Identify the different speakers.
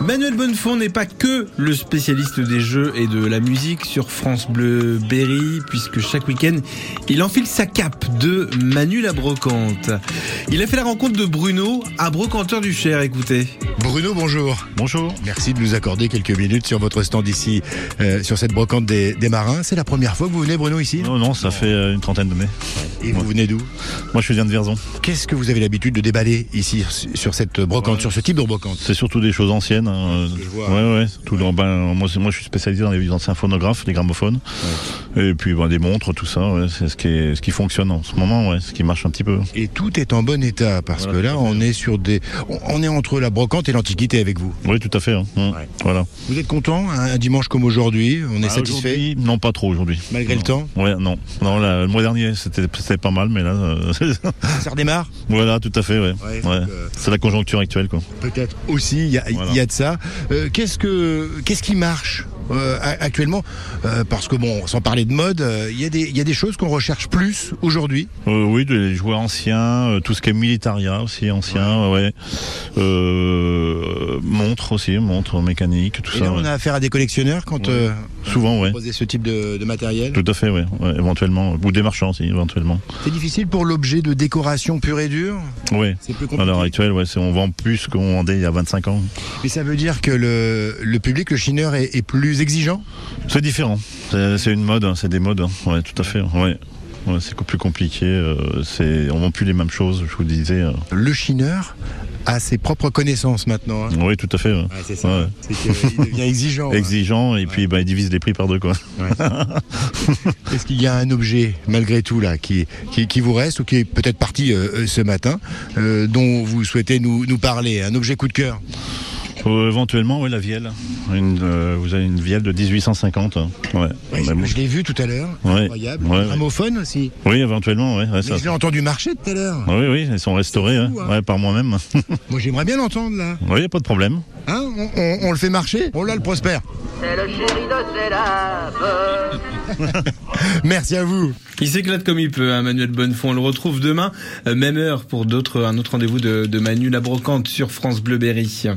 Speaker 1: Manuel Bonnefond n'est pas que le spécialiste des jeux et de la musique sur France Bleu Berry, puisque chaque week-end, il enfile sa cape de Manu la brocante. Il a fait la rencontre de Bruno, un brocanteur du Cher, écoutez.
Speaker 2: Bruno, bonjour.
Speaker 3: Bonjour.
Speaker 2: Merci de nous accorder quelques minutes sur votre stand ici, euh, sur cette brocante des, des marins. C'est la première fois que vous venez, Bruno, ici
Speaker 3: Non, non, ça fait euh, une trentaine de mai.
Speaker 2: Et vous venez d'où
Speaker 3: Moi, je viens de Vierzon.
Speaker 2: Qu'est-ce que vous avez l'habitude de déballer ici, sur cette brocante,
Speaker 3: Ouais.
Speaker 2: sur ce type de brocante
Speaker 3: C'est surtout des choses anciennes. hein.
Speaker 2: ce que je vois.
Speaker 3: Ouais, ouais. Tout le- ben, moi, c'est- moi, je suis spécialisé dans les, dans les phonographes, les gramophones. Et puis, ben, des montres, tout ça. ouais, c'est ce qui, est- ce qui fonctionne en ce moment, ouais, ce qui marche un petit peu.
Speaker 2: Et tout est en bon état, parce
Speaker 3: Voilà,
Speaker 2: que là, on est sur des. on- On est entre la brocante et l'antiquité avec vous.
Speaker 3: Oui, tout à fait. hein. Mm.
Speaker 2: Ouais.
Speaker 3: Voilà.
Speaker 2: Vous êtes content, un un dimanche comme aujourd'hui On est
Speaker 3: Ah,
Speaker 2: satisfait
Speaker 3: aujourd'hui, Non, pas trop aujourd'hui.
Speaker 2: Bah, Malgré le
Speaker 3: Non.
Speaker 2: temps
Speaker 3: Ouais, non. Non, là, le mois dernier, c'était c'était pas mal, mais là, euh,
Speaker 2: Ah, Ça redémarre
Speaker 3: voilà, tout à fait, ouais.
Speaker 2: Ouais,
Speaker 3: Ouais.
Speaker 2: donc, euh,
Speaker 3: C'est la conjoncture actuelle, quoi.
Speaker 2: Peut-être aussi, il y, a- il
Speaker 3: Voilà.
Speaker 2: y a de ça. Euh, qu'est-ce, que, qu'est-ce qui marche euh, a- actuellement Euh, Parce que, bon, sans parler de mode, euh, il y, a des- il y a des choses qu'on recherche plus aujourd'hui.
Speaker 3: Euh, oui, des joueurs anciens, euh, tout ce qui est militaria aussi ancien, ouais. Euh, montre aussi, montre mécanique, tout
Speaker 2: Et
Speaker 3: ça.
Speaker 2: là,
Speaker 3: ouais.
Speaker 2: on a affaire à des collectionneurs quand
Speaker 3: Ouais.
Speaker 2: euh,
Speaker 3: Souvent, ouais.
Speaker 2: proposer ce type de, de matériel.
Speaker 3: Tout à fait, ouais. Ouais, éventuellement, ou des marchands aussi, éventuellement.
Speaker 2: C'est difficile pour l'objet de décoration pure et dure
Speaker 3: Ouais.
Speaker 2: C'est plus
Speaker 3: À
Speaker 2: compliqué.
Speaker 3: l'heure actuelle, ouais, c'est- on vend plus qu'on vendait il y a 25 ans.
Speaker 2: Mais ça veut dire que le, le public, le chineur, est, est plus exigeant
Speaker 3: C'est différent. C'est c'est une mode, hein, c'est des modes. hein. Ouais, tout à fait. Ouais. Ouais, c'est co- plus compliqué. euh, c'est, on vend plus les mêmes choses. Je vous disais. euh.
Speaker 2: Le chineur a ses propres connaissances maintenant. hein.
Speaker 3: Oui, tout à fait. ouais.
Speaker 2: c'est
Speaker 3: ça. Ouais.
Speaker 2: C'est qu'il devient exigeant. hein.
Speaker 3: Exigeant et puis bah, ils divisent les prix par deux, quoi.
Speaker 2: Est-ce qu'il y a un objet, malgré tout, là, qui, qui, qui vous reste ou qui est peut-être parti euh, euh, ce matin, euh, dont vous souhaitez nous, nous parler Un objet coup de cœur
Speaker 3: Euh, éventuellement, oui, la vielle. Une, euh, vous avez une vielle de 1850. hein. Ouais.
Speaker 2: Je,
Speaker 3: Mais bon.
Speaker 2: je l'ai vu tout à l'heure.
Speaker 3: Ouais.
Speaker 2: Incroyable.
Speaker 3: Ouais, ouais.
Speaker 2: Gramophone aussi.
Speaker 3: Oui, éventuellement, ouais, ouais, ça.
Speaker 2: Mais je l'ai entendu marcher tout à l'heure.
Speaker 3: Oui, oui, elles sont restaurées
Speaker 2: C'est fou,
Speaker 3: ouais.
Speaker 2: hein.
Speaker 3: Ouais, par moi-même.
Speaker 2: Moi, j'aimerais bien l'entendre, là.
Speaker 3: oui, pas de problème.
Speaker 2: Hein on, on- on le fait marcher On l'a, le Prosper.
Speaker 4: C'est le chéri de Célab.
Speaker 2: Merci à vous.
Speaker 1: Il s'éclate comme il peut, hein, Manuel Bonnefond. On le retrouve demain, euh, même heure, pour d'autres, un autre rendez-vous de, de Manu la brocante sur France Bleu Berry.